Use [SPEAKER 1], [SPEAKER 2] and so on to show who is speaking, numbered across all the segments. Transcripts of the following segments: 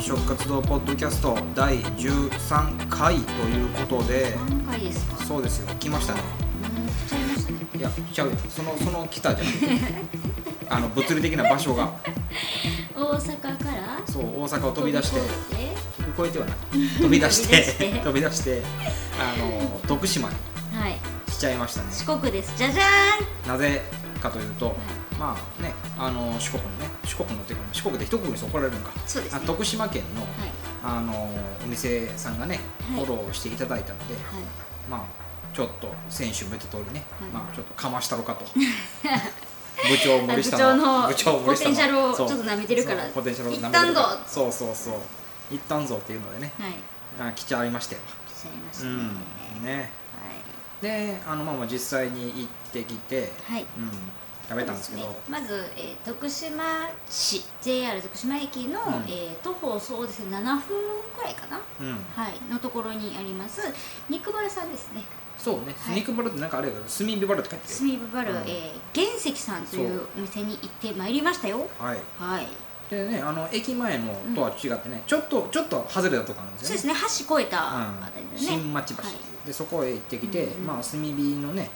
[SPEAKER 1] 職活動ポッドキャスト第13回ということで
[SPEAKER 2] 何回ですか。
[SPEAKER 1] そうですよ来ましたね
[SPEAKER 2] うん、来ちゃいましたね。
[SPEAKER 1] いやちゃうよそのその来たじ ゃんあの物理的な場所が
[SPEAKER 2] 大阪から
[SPEAKER 1] そう大阪を飛び出して
[SPEAKER 2] 飛び
[SPEAKER 1] 飛び越えて
[SPEAKER 2] 越
[SPEAKER 1] はない飛び出して飛
[SPEAKER 2] 飛
[SPEAKER 1] び出してあの徳島に
[SPEAKER 2] えてはい、
[SPEAKER 1] 来ちゃいましたね
[SPEAKER 2] 四国です。じゃじゃ
[SPEAKER 1] なぜかというと、まあねあの四国のね四国のっていうか四国で一国にして怒られるのか
[SPEAKER 2] そうですね
[SPEAKER 1] あ徳島県の、
[SPEAKER 2] ーん。はい
[SPEAKER 1] あのお店さんがね、
[SPEAKER 2] はい
[SPEAKER 1] フォローしていただいたので、
[SPEAKER 2] はい。
[SPEAKER 1] まあちょっと先週も言った通りね、
[SPEAKER 2] はい
[SPEAKER 1] まあちょっとかましたろ かと部長
[SPEAKER 2] あ部
[SPEAKER 1] 森下
[SPEAKER 2] 長の
[SPEAKER 1] 部長森
[SPEAKER 2] ポ
[SPEAKER 1] 下
[SPEAKER 2] テンシャルをち
[SPEAKER 1] そう
[SPEAKER 2] ょっと舐めてるから
[SPEAKER 1] そうポテンシャルを舐めて
[SPEAKER 2] 一
[SPEAKER 1] るから
[SPEAKER 2] 旦どうは
[SPEAKER 1] そうそうそう一旦ぞっていうのでね
[SPEAKER 2] い
[SPEAKER 1] あ来ちゃいましたよ
[SPEAKER 2] 来ちゃいまし
[SPEAKER 1] う
[SPEAKER 2] たね、
[SPEAKER 1] んねであのまあまあ実際に行ってきて、
[SPEAKER 2] はい、はい
[SPEAKER 1] うん、食べたんですけど
[SPEAKER 2] そうねまず、えー徳島市 JR 徳島駅の、
[SPEAKER 1] うん
[SPEAKER 2] えー徒歩そうですね7分くらいかな
[SPEAKER 1] うん
[SPEAKER 2] はいのところにあります肉バルさんですね
[SPEAKER 1] そうね、
[SPEAKER 2] はい
[SPEAKER 1] スニークバルってなんかあれやけど炭火バルって書いて
[SPEAKER 2] スミブバル、
[SPEAKER 1] うん
[SPEAKER 2] えー原石さんというお店に行ってまいりましたよ
[SPEAKER 1] はい
[SPEAKER 2] はい
[SPEAKER 1] でねあの駅前のとは違ってね、ちょっとちょっと外れたとこあるんです
[SPEAKER 2] そう
[SPEAKER 1] よ
[SPEAKER 2] で
[SPEAKER 1] ね
[SPEAKER 2] すね橋越えたあたり
[SPEAKER 1] うん、
[SPEAKER 2] だよね、
[SPEAKER 1] 新町橋、
[SPEAKER 2] はい
[SPEAKER 1] でそこへ行ってきて、
[SPEAKER 2] うんうん
[SPEAKER 1] まあ炭火のね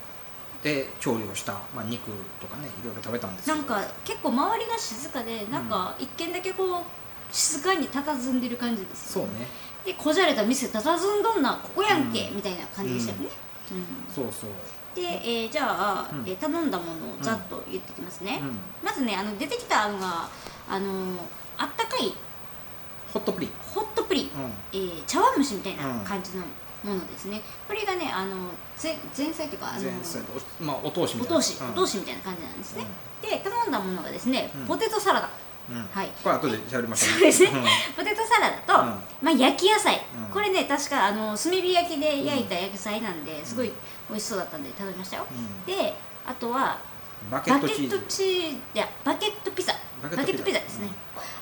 [SPEAKER 1] で調理をした、まあ、肉とかねいろいろ食べたんですけ
[SPEAKER 2] な
[SPEAKER 1] ど
[SPEAKER 2] んか結構周りが静かでなんか一軒だけこう静かに佇んでる感じです
[SPEAKER 1] そう
[SPEAKER 2] よ
[SPEAKER 1] ね
[SPEAKER 2] でこじゃれた店佇んどんなここやんけ、
[SPEAKER 1] うん
[SPEAKER 2] みたいな感じでしたよね、うん
[SPEAKER 1] そうそう、
[SPEAKER 2] で、えーじゃあ、
[SPEAKER 1] うん
[SPEAKER 2] えー頼んだものをざっと言ってきますね、
[SPEAKER 1] うん、
[SPEAKER 2] まずねあの出てきたのがあのーあったかい
[SPEAKER 1] ホットプリン、
[SPEAKER 2] ホットプリン、
[SPEAKER 1] う
[SPEAKER 2] えー茶碗蒸しみたいな感じのものですね、これがねあの前前菜というかあの
[SPEAKER 1] ん、前菜と、まあ、お通しみ
[SPEAKER 2] お
[SPEAKER 1] たいな
[SPEAKER 2] 通し、
[SPEAKER 1] うん、
[SPEAKER 2] お通しみたいな感じなんですね、で頼んだものがですね、
[SPEAKER 1] うん
[SPEAKER 2] ポテトサラダ
[SPEAKER 1] うん、うん
[SPEAKER 2] はい
[SPEAKER 1] これ後で喋りましょう、
[SPEAKER 2] そうですね
[SPEAKER 1] ん
[SPEAKER 2] ポテトサラダと、
[SPEAKER 1] うん
[SPEAKER 2] まあ、焼き野菜、
[SPEAKER 1] うん
[SPEAKER 2] これね確かあの炭火焼きで焼いた野菜なんで、すごい美味しそうだったんで食べましたよ、
[SPEAKER 1] うん
[SPEAKER 2] であとは
[SPEAKER 1] バケ
[SPEAKER 2] バ
[SPEAKER 1] ット
[SPEAKER 2] ケ
[SPEAKER 1] チ
[SPEAKER 2] ッ
[SPEAKER 1] ーズ
[SPEAKER 2] トチーズいやバケットピザ
[SPEAKER 1] バ
[SPEAKER 2] バ
[SPEAKER 1] ケ
[SPEAKER 2] ケ
[SPEAKER 1] ットピザ
[SPEAKER 2] ットピザですね、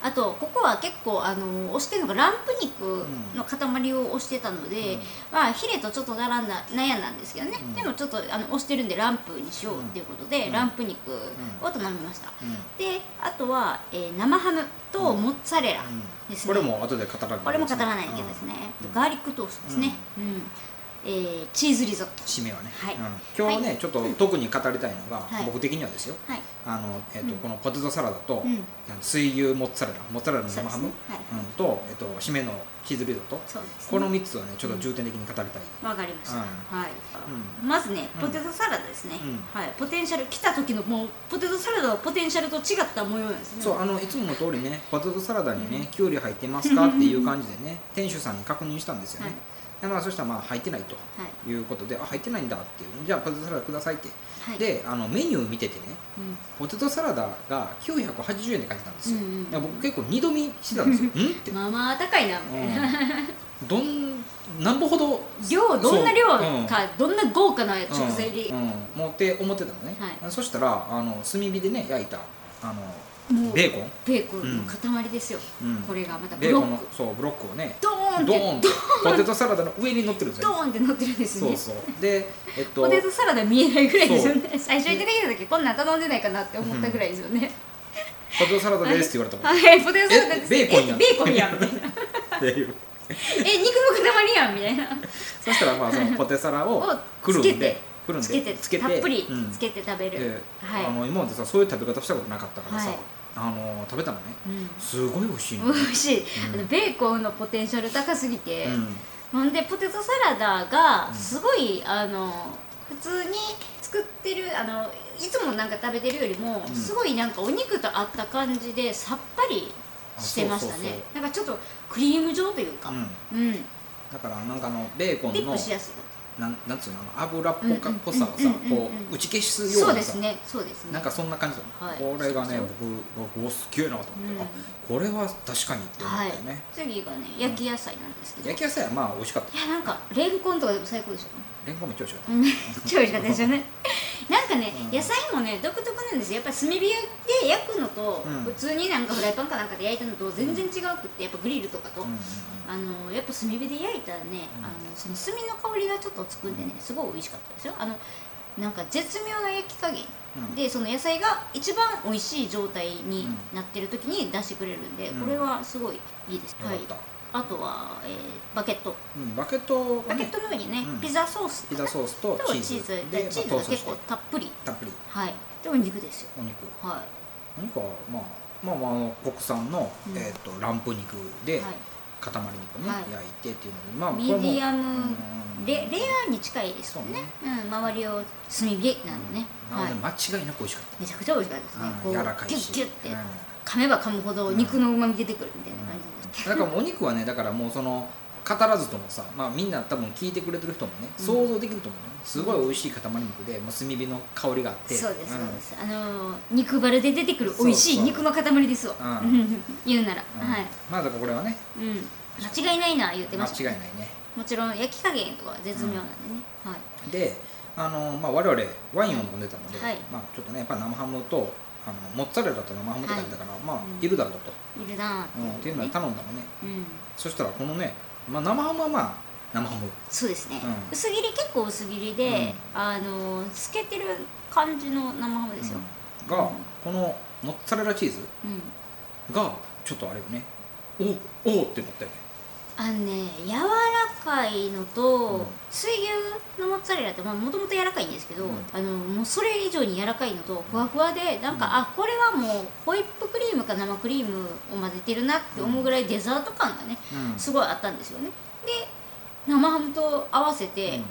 [SPEAKER 2] あとここは結構あの押してるのがランプ肉の塊を押してたので、
[SPEAKER 1] うん
[SPEAKER 2] まあ、ヒレとちょっと並んだ悩んだんですけどね、
[SPEAKER 1] うん
[SPEAKER 2] でもちょっとあの押してるんでランプにしようっていうことで、
[SPEAKER 1] うん
[SPEAKER 2] ランプ肉を頼みました、
[SPEAKER 1] うん
[SPEAKER 2] であとは、えー生ハムとモッツァレ
[SPEAKER 1] う
[SPEAKER 2] ラ
[SPEAKER 1] ん
[SPEAKER 2] です
[SPEAKER 1] こ
[SPEAKER 2] ね、
[SPEAKER 1] れも後で語らない
[SPEAKER 2] これも語らないけどですね、
[SPEAKER 1] うん
[SPEAKER 2] ガーリックトーストですね、うんえーチーズリゾット
[SPEAKER 1] 締めはね、
[SPEAKER 2] はい
[SPEAKER 1] うん今日ね、ちょっと特に語りたいのが、
[SPEAKER 2] はい
[SPEAKER 1] 僕的にはですよ
[SPEAKER 2] はい
[SPEAKER 1] あの、えっと
[SPEAKER 2] うん
[SPEAKER 1] このポテトサラダと、
[SPEAKER 2] うん
[SPEAKER 1] 水牛モッツァレラモッツァレラの
[SPEAKER 2] そ
[SPEAKER 1] 生
[SPEAKER 2] うで
[SPEAKER 1] ハ
[SPEAKER 2] す
[SPEAKER 1] ム
[SPEAKER 2] ねはい
[SPEAKER 1] うん、と、えっと締めのチーズリゾット
[SPEAKER 2] そうです
[SPEAKER 1] この
[SPEAKER 2] ね
[SPEAKER 1] 3つはねちょっと重点的に語りたい、
[SPEAKER 2] わかりました、
[SPEAKER 1] うん
[SPEAKER 2] はい、
[SPEAKER 1] うん
[SPEAKER 2] まずね
[SPEAKER 1] うん
[SPEAKER 2] ポテトサラダですね、
[SPEAKER 1] うん
[SPEAKER 2] はいポテンシャル来た時のもうポテトサラダのポテンシャルと違った模様なんですね
[SPEAKER 1] そうあのいつもの通りねポテトサラダにねきゅうり入ってますかっていう感じでね店主さんに確認したんですよね、
[SPEAKER 2] はい
[SPEAKER 1] でまあ、そしたらまあ入ってないと
[SPEAKER 2] はい
[SPEAKER 1] いうことであ入ってないんだっていうじゃあポテトサラダくださいって、
[SPEAKER 2] はい、
[SPEAKER 1] であのメニュー見ててね
[SPEAKER 2] うん、
[SPEAKER 1] ポテトサラダが980円で書いてたんですよ、
[SPEAKER 2] うんうん
[SPEAKER 1] だから僕結構二度見してたん ですようんって、
[SPEAKER 2] まあまあ高いなみたいな、
[SPEAKER 1] うん、どんなんぼほど
[SPEAKER 2] 量どんな量
[SPEAKER 1] そううん
[SPEAKER 2] か、どんな豪華な食材で、
[SPEAKER 1] うんうん、もうって思ってたのね、
[SPEAKER 2] は
[SPEAKER 1] そしたらあの炭火でね焼いたあ
[SPEAKER 2] も
[SPEAKER 1] の
[SPEAKER 2] う
[SPEAKER 1] ベーコン、
[SPEAKER 2] ベーコンの塊ですよ、
[SPEAKER 1] うん
[SPEAKER 2] これがまたブ
[SPEAKER 1] ベー
[SPEAKER 2] ロ
[SPEAKER 1] コン
[SPEAKER 2] ッ
[SPEAKER 1] の
[SPEAKER 2] ク
[SPEAKER 1] そうブロックをね
[SPEAKER 2] ドーンって
[SPEAKER 1] ドーンってポテトサラダの上に乗ってるんです
[SPEAKER 2] ド
[SPEAKER 1] よ、
[SPEAKER 2] ーンって乗ってるんですね
[SPEAKER 1] そうそうでえっと
[SPEAKER 2] ポテトサラダ見えないぐらいですよね最初に出てきた時こんなん頼んでないかなって思ったぐらいですよね、
[SPEAKER 1] ポテトサラダですって言われたもん
[SPEAKER 2] はいポテトサラダです
[SPEAKER 1] えベーコンやん
[SPEAKER 2] えベーコンやんみたいな
[SPEAKER 1] っていう
[SPEAKER 2] え肉の塊やんみたいな
[SPEAKER 1] そしたらまあそのポテサラを
[SPEAKER 2] を
[SPEAKER 1] くるん
[SPEAKER 2] つけ
[SPEAKER 1] で
[SPEAKER 2] て
[SPEAKER 1] くるんで
[SPEAKER 2] つけてたっぷりつけて食べ
[SPEAKER 1] て、
[SPEAKER 2] る、はい
[SPEAKER 1] あの今までさそういう食べ方したことなかったからさ、
[SPEAKER 2] はい
[SPEAKER 1] あの食べたのね
[SPEAKER 2] うん
[SPEAKER 1] すごい美味しいの、
[SPEAKER 2] 美味しい、
[SPEAKER 1] うん
[SPEAKER 2] あのベーコンのポテンシャル高すぎて、
[SPEAKER 1] うん
[SPEAKER 2] ほんでポテトサラダがすごい、あの普通に作ってるあのいつもなんか食べてるよりも、
[SPEAKER 1] うん
[SPEAKER 2] すごいなんかお肉と合った感じでさっぱりしてました
[SPEAKER 1] あそう
[SPEAKER 2] ね
[SPEAKER 1] そう
[SPEAKER 2] なんかちょっとクリーム状というか、
[SPEAKER 1] うん
[SPEAKER 2] うん
[SPEAKER 1] だからなんかあのベーコン
[SPEAKER 2] ディッ
[SPEAKER 1] の
[SPEAKER 2] プしやすい
[SPEAKER 1] なんなんつうのあの油っぽか
[SPEAKER 2] うんうん
[SPEAKER 1] ぽさをさ
[SPEAKER 2] うんうんうん
[SPEAKER 1] こう打ち消すよう
[SPEAKER 2] そう
[SPEAKER 1] な
[SPEAKER 2] で
[SPEAKER 1] さ
[SPEAKER 2] すねそうですね
[SPEAKER 1] なんかそんな感じだ、
[SPEAKER 2] はい
[SPEAKER 1] これがね
[SPEAKER 2] そう
[SPEAKER 1] 僕僕おすげえなと思って、
[SPEAKER 2] うん
[SPEAKER 1] あこれは確かにって思っ
[SPEAKER 2] はい
[SPEAKER 1] てね、
[SPEAKER 2] 次がね焼き野菜なんですけど、
[SPEAKER 1] 焼き野菜はまあ美味しかっ
[SPEAKER 2] いやなんかレンコンとかでも最高でしょ
[SPEAKER 1] たレンコンめっちゃ美味しかっ
[SPEAKER 2] めっ ちゃ美味しかったですよねなんかね、
[SPEAKER 1] うん
[SPEAKER 2] 野菜もね独特なんですよやっぱ炭火で焼くのと、
[SPEAKER 1] うん
[SPEAKER 2] 普通になんかフライパンかなんかで焼いたのと全然違くってやっぱグリルとかと、
[SPEAKER 1] た、うんうん
[SPEAKER 2] あのやっぱ炭火で焼いたらね、
[SPEAKER 1] うん
[SPEAKER 2] あのその炭の香りがちょっとつくんでねすごい美味しかったですよあのなんか絶妙な焼き加減、
[SPEAKER 1] うん
[SPEAKER 2] でその野菜が一番美味しい状態になってる時に出してくれるんで、
[SPEAKER 1] うん
[SPEAKER 2] これはすごいいいです、
[SPEAKER 1] よ
[SPEAKER 2] は
[SPEAKER 1] か
[SPEAKER 2] い
[SPEAKER 1] った、
[SPEAKER 2] あとは、えーバケット
[SPEAKER 1] うん、バケットは
[SPEAKER 2] バケ
[SPEAKER 1] ね
[SPEAKER 2] ットの上にね、
[SPEAKER 1] うん
[SPEAKER 2] ピザソース
[SPEAKER 1] ピザソースと
[SPEAKER 2] と
[SPEAKER 1] チ
[SPEAKER 2] チ
[SPEAKER 1] ー
[SPEAKER 2] ーズ
[SPEAKER 1] ズで
[SPEAKER 2] でチーズ
[SPEAKER 1] まあトー
[SPEAKER 2] が
[SPEAKER 1] スト
[SPEAKER 2] 結
[SPEAKER 1] して
[SPEAKER 2] 構たっぷり
[SPEAKER 1] たっぷり
[SPEAKER 2] はいでお肉ですよ
[SPEAKER 1] お肉
[SPEAKER 2] は
[SPEAKER 1] お肉はまあまあまああの国産の、
[SPEAKER 2] うん
[SPEAKER 1] えー、とランプ肉
[SPEAKER 2] い、
[SPEAKER 1] で
[SPEAKER 2] は
[SPEAKER 1] 塊肉をね、
[SPEAKER 2] はい
[SPEAKER 1] 焼いてっていうのでまあ
[SPEAKER 2] い、ミディアム
[SPEAKER 1] うん
[SPEAKER 2] レレアに近いですよねうん、周りを炭火なのね、
[SPEAKER 1] うん
[SPEAKER 2] はい
[SPEAKER 1] なので間違いなく美味しかっ
[SPEAKER 2] めちゃくちゃ美味しかったです
[SPEAKER 1] た、
[SPEAKER 2] ね、
[SPEAKER 1] うん
[SPEAKER 2] こう
[SPEAKER 1] 柔らかいし
[SPEAKER 2] ギュッギュッて、
[SPEAKER 1] うん
[SPEAKER 2] 噛めば噛むほど肉のうまみ出てくるみたいな感じです、
[SPEAKER 1] だからもうお肉はねだからもうその語らずともさ、まあ、みんな多分聞いてくれてる人もね
[SPEAKER 2] うん
[SPEAKER 1] 想像できると思うね、すごい美味しい塊肉で、もう炭火の香りがあって
[SPEAKER 2] そうですそ
[SPEAKER 1] ん
[SPEAKER 2] うです、あのー肉バルで出てくる美味しい肉の塊ですわ
[SPEAKER 1] そうそう
[SPEAKER 2] 言うなら、
[SPEAKER 1] うん
[SPEAKER 2] はい、
[SPEAKER 1] まあだからこれはね
[SPEAKER 2] うん、間違いないな言って
[SPEAKER 1] 間
[SPEAKER 2] ました
[SPEAKER 1] 違いないね
[SPEAKER 2] もちろん焼き加減とかは絶妙なんでね、はい
[SPEAKER 1] であの、まあ、我々ワインを飲んでたので、
[SPEAKER 2] はい
[SPEAKER 1] まあ、ちょっとねやっぱ生ハムとあのモッツァレラと生ハムとか
[SPEAKER 2] はい
[SPEAKER 1] 食べたから、まあ
[SPEAKER 2] うん
[SPEAKER 1] いるだろうと、
[SPEAKER 2] いるなー
[SPEAKER 1] うんっ
[SPEAKER 2] っててい
[SPEAKER 1] いううの
[SPEAKER 2] ね
[SPEAKER 1] で頼んだのね
[SPEAKER 2] うん、
[SPEAKER 1] そしたらこのね、まあ、生ハムはまあ生ハム
[SPEAKER 2] そうですね、
[SPEAKER 1] うん
[SPEAKER 2] 薄切り結構薄切りで、あのー透けてる感じの生ハムですよ、
[SPEAKER 1] うんが、このモッツァレラチーズ
[SPEAKER 2] うん
[SPEAKER 1] がちょっとあれよねおおって思ったよね
[SPEAKER 2] あのね柔らかいのと、
[SPEAKER 1] うん
[SPEAKER 2] 水牛のモッツァレラってもともと柔らかいんですけど、
[SPEAKER 1] うん
[SPEAKER 2] あのもうそれ以上に柔らかいのとふわふわでなんか、
[SPEAKER 1] うん
[SPEAKER 2] あこれはもうホイップクリームか生クリームを混ぜてるなって思うぐらいデザート感がね、
[SPEAKER 1] うん
[SPEAKER 2] すごいあったんですよねで生ハムと合わせて、
[SPEAKER 1] うん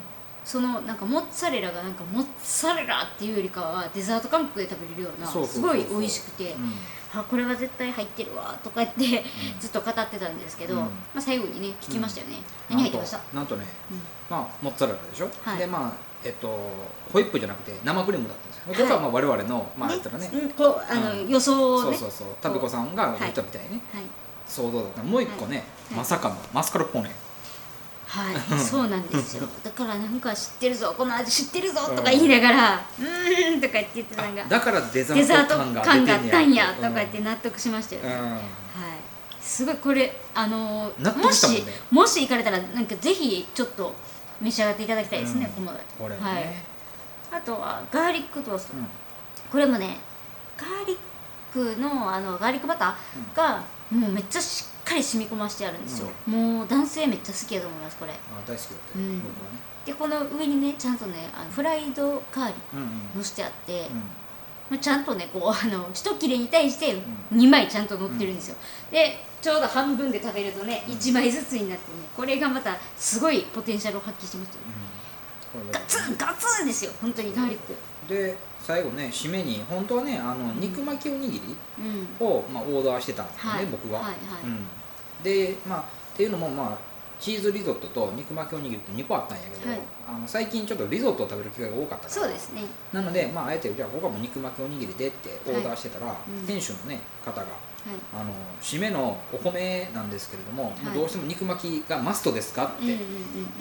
[SPEAKER 2] そのなんかモッツァレラがなんかモッツァレラっていうよりかはデザート感覚で食べれるような
[SPEAKER 1] そうそう
[SPEAKER 2] す
[SPEAKER 1] そう
[SPEAKER 2] ご
[SPEAKER 1] そう
[SPEAKER 2] い美味しくて、
[SPEAKER 1] うん
[SPEAKER 2] あこれは絶対入ってるわとか言って、
[SPEAKER 1] ん
[SPEAKER 2] ずっと語ってたんですけど、
[SPEAKER 1] うん
[SPEAKER 2] まあ、最後にね聞きましたよね、
[SPEAKER 1] なん
[SPEAKER 2] 何入っ
[SPEAKER 1] と
[SPEAKER 2] てました、
[SPEAKER 1] なんとね、
[SPEAKER 2] うん
[SPEAKER 1] まあ、モッツァレラでしょ、
[SPEAKER 2] はい
[SPEAKER 1] でまあえっとホイップじゃなくて生クリームだったんですよこれはまあ我々の、まあ言ったらね
[SPEAKER 2] うんこうあの、
[SPEAKER 1] うん
[SPEAKER 2] 予想
[SPEAKER 1] そ
[SPEAKER 2] を
[SPEAKER 1] う
[SPEAKER 2] ね
[SPEAKER 1] そうそうタピコさんが言ったみたいにね、想像だったもう一個ね、
[SPEAKER 2] はい
[SPEAKER 1] まさかのマスカルポーネ
[SPEAKER 2] はい、はい、そうなんで すよだからなんか知ってるぞこの味知ってるぞとか言いながら「うーん」とか言って言ってたの
[SPEAKER 1] あ
[SPEAKER 2] が
[SPEAKER 1] だからデザ
[SPEAKER 2] デザ
[SPEAKER 1] ー
[SPEAKER 2] ー
[SPEAKER 1] ト
[SPEAKER 2] ト
[SPEAKER 1] 感
[SPEAKER 2] 感
[SPEAKER 1] が
[SPEAKER 2] が
[SPEAKER 1] 出てんね
[SPEAKER 2] あったんやとか言って
[SPEAKER 1] うん
[SPEAKER 2] 納得しましたよね、はい
[SPEAKER 1] うん
[SPEAKER 2] すごいこれあのー
[SPEAKER 1] 納得
[SPEAKER 2] も
[SPEAKER 1] したもんね
[SPEAKER 2] しもし行かれたらなんかぜひちょっと召し上がっていただきたいですね、
[SPEAKER 1] うん
[SPEAKER 2] この
[SPEAKER 1] これね、
[SPEAKER 2] はい、あとはガーリックトースト、
[SPEAKER 1] うん
[SPEAKER 2] これもねガーリックのあのガーリックバターがもうめっちゃしっかり染み込ましてあるんですよ、もう男性めっちゃ好きやと思いますこれ
[SPEAKER 1] あ大好きだったよ、
[SPEAKER 2] うん
[SPEAKER 1] 僕はね
[SPEAKER 2] でこの上にねちゃんとねあのフライドガーリッ
[SPEAKER 1] うんうん
[SPEAKER 2] クのしてあって、
[SPEAKER 1] うん
[SPEAKER 2] まあちゃんとねこうあの一切れに対して2枚ちゃんと乗ってるんですよ、でちょうど半分で食べるとね1枚ずつになってねこれがまたすごいポテンシャルを発揮しましたよね
[SPEAKER 1] うんこれ
[SPEAKER 2] ガツンガツンですよ本当にガーリック
[SPEAKER 1] で最後ね締めに本当はねあの肉巻きおにぎり
[SPEAKER 2] うん
[SPEAKER 1] を、まあ、オーダーしてたんで、ね
[SPEAKER 2] はい
[SPEAKER 1] 僕は、
[SPEAKER 2] はいはい
[SPEAKER 1] うん、でまあっていうのもまあチーズリゾットと肉巻きおにぎりって2個あったんやけど、
[SPEAKER 2] はい
[SPEAKER 1] あの最近ちょっとリゾットを食べる機会が多かったから
[SPEAKER 2] そうですね
[SPEAKER 1] なので、まあ、あえてじゃあ僕はもう肉巻きおにぎりでってオーダーしてたら、
[SPEAKER 2] うん
[SPEAKER 1] 店主の、ね、方が
[SPEAKER 2] はい
[SPEAKER 1] あの締めのお米なんですけれども、もうどうしても肉巻きがマストですかっ
[SPEAKER 2] うんうんう
[SPEAKER 1] て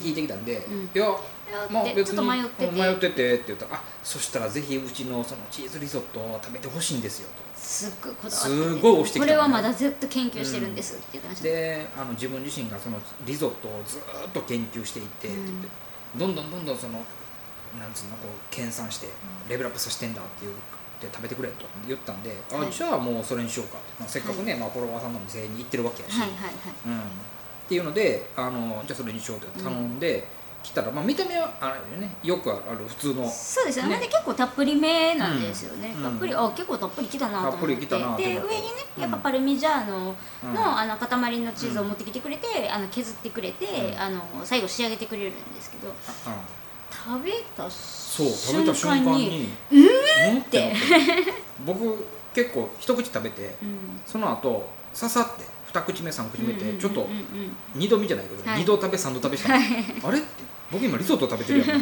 [SPEAKER 1] 聞いてきたんで、
[SPEAKER 2] うん
[SPEAKER 1] いや
[SPEAKER 2] ん
[SPEAKER 1] も
[SPEAKER 2] で
[SPEAKER 1] う別
[SPEAKER 2] ちょ
[SPEAKER 1] に
[SPEAKER 2] っと迷ってて
[SPEAKER 1] うん迷っててって言ったらあそしたらぜひうちのそのチーズリゾットを食べてほしいんですよと
[SPEAKER 2] すっごいこだわってて
[SPEAKER 1] すごい押してきた
[SPEAKER 2] これはまだずっと研究してるんですって言ってました、
[SPEAKER 1] であの自分自身がそのリゾットをずーっと研究していって,、って言ってどんどんどんどんそのなんつうのこう研鑽してレベルアップさせてんだって言って食べてくれと言ったんで、
[SPEAKER 2] は
[SPEAKER 1] あ
[SPEAKER 2] い
[SPEAKER 1] じゃあもうそれにしようかって、まあ、せっかくね、まあ、フォロワーさんのお店に行ってるわけやし、
[SPEAKER 2] はいはいはい
[SPEAKER 1] うん、っていうのであのじゃあそれにしようって頼んで、来たら、まあ、見た目はあれよねよくある普通の
[SPEAKER 2] そうですよ
[SPEAKER 1] ね
[SPEAKER 2] ねで結構たっぷりめなんですよね、
[SPEAKER 1] うん
[SPEAKER 2] たっぷりあ結構たっぷりきたなと思って
[SPEAKER 1] たっぷりきたなと思って
[SPEAKER 2] で上にね
[SPEAKER 1] うん
[SPEAKER 2] やっぱパルミジャーノ
[SPEAKER 1] う
[SPEAKER 2] の,、
[SPEAKER 1] ん
[SPEAKER 2] あの塊のチーズを持ってきてくれて、あの削ってくれて、
[SPEAKER 1] うん
[SPEAKER 2] あの最後仕上げてくれるんですけど
[SPEAKER 1] あうん
[SPEAKER 2] 食べた
[SPEAKER 1] そう食べた瞬間に「うん?」ってなって僕結構一口食べて
[SPEAKER 2] うん
[SPEAKER 1] その後ささって二口目三口目ってちょっ
[SPEAKER 2] うん
[SPEAKER 1] と
[SPEAKER 2] うんうん
[SPEAKER 1] 二度見じゃないけど、
[SPEAKER 2] はい
[SPEAKER 1] 二度食べ三度食べしたの、あれって僕今リゾット食べてるやんっ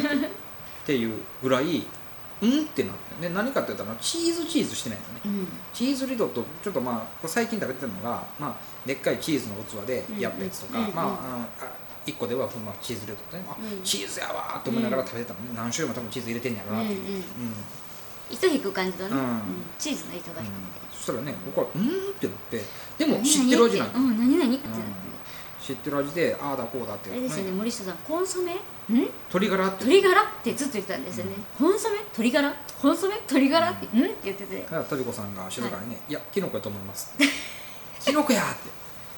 [SPEAKER 1] ていうぐらい「うん?」ってなってで何かって言ったらチーズチーズしてないのね
[SPEAKER 2] うんうん
[SPEAKER 1] チーズリゾットちょっとまあこれ最近食べてたのが、まあ、でっかいチーズの器でやったやつとか、
[SPEAKER 2] うんうん
[SPEAKER 1] まあ
[SPEAKER 2] うんうん
[SPEAKER 1] あのあ1個ではまあチーズリゾットね、あ
[SPEAKER 2] うん
[SPEAKER 1] チーズやわーって思いながら食べてたのね、何種類も多分チーズ入れてんやろなっていう、
[SPEAKER 2] うん
[SPEAKER 1] う
[SPEAKER 2] うんん糸引く感じだね、
[SPEAKER 1] うん
[SPEAKER 2] チーズの糸が引くみたいな
[SPEAKER 1] そしたらね僕は「うーん」ってなってでも知ってる味なんだ、
[SPEAKER 2] うん何々ってなって、
[SPEAKER 1] 知ってる味でああだこうだって
[SPEAKER 2] あれですよね、
[SPEAKER 1] ね
[SPEAKER 2] 森下さんコンソメん
[SPEAKER 1] 鶏ガラって
[SPEAKER 2] 鶏ガラってずっと言ってたんですよね、コンソメ鶏ガラコンソメ鶏ガラって、うんって言ってて
[SPEAKER 1] だからタビコさんが静かにね「い、やキノコやと思います」 って「キノコや!」って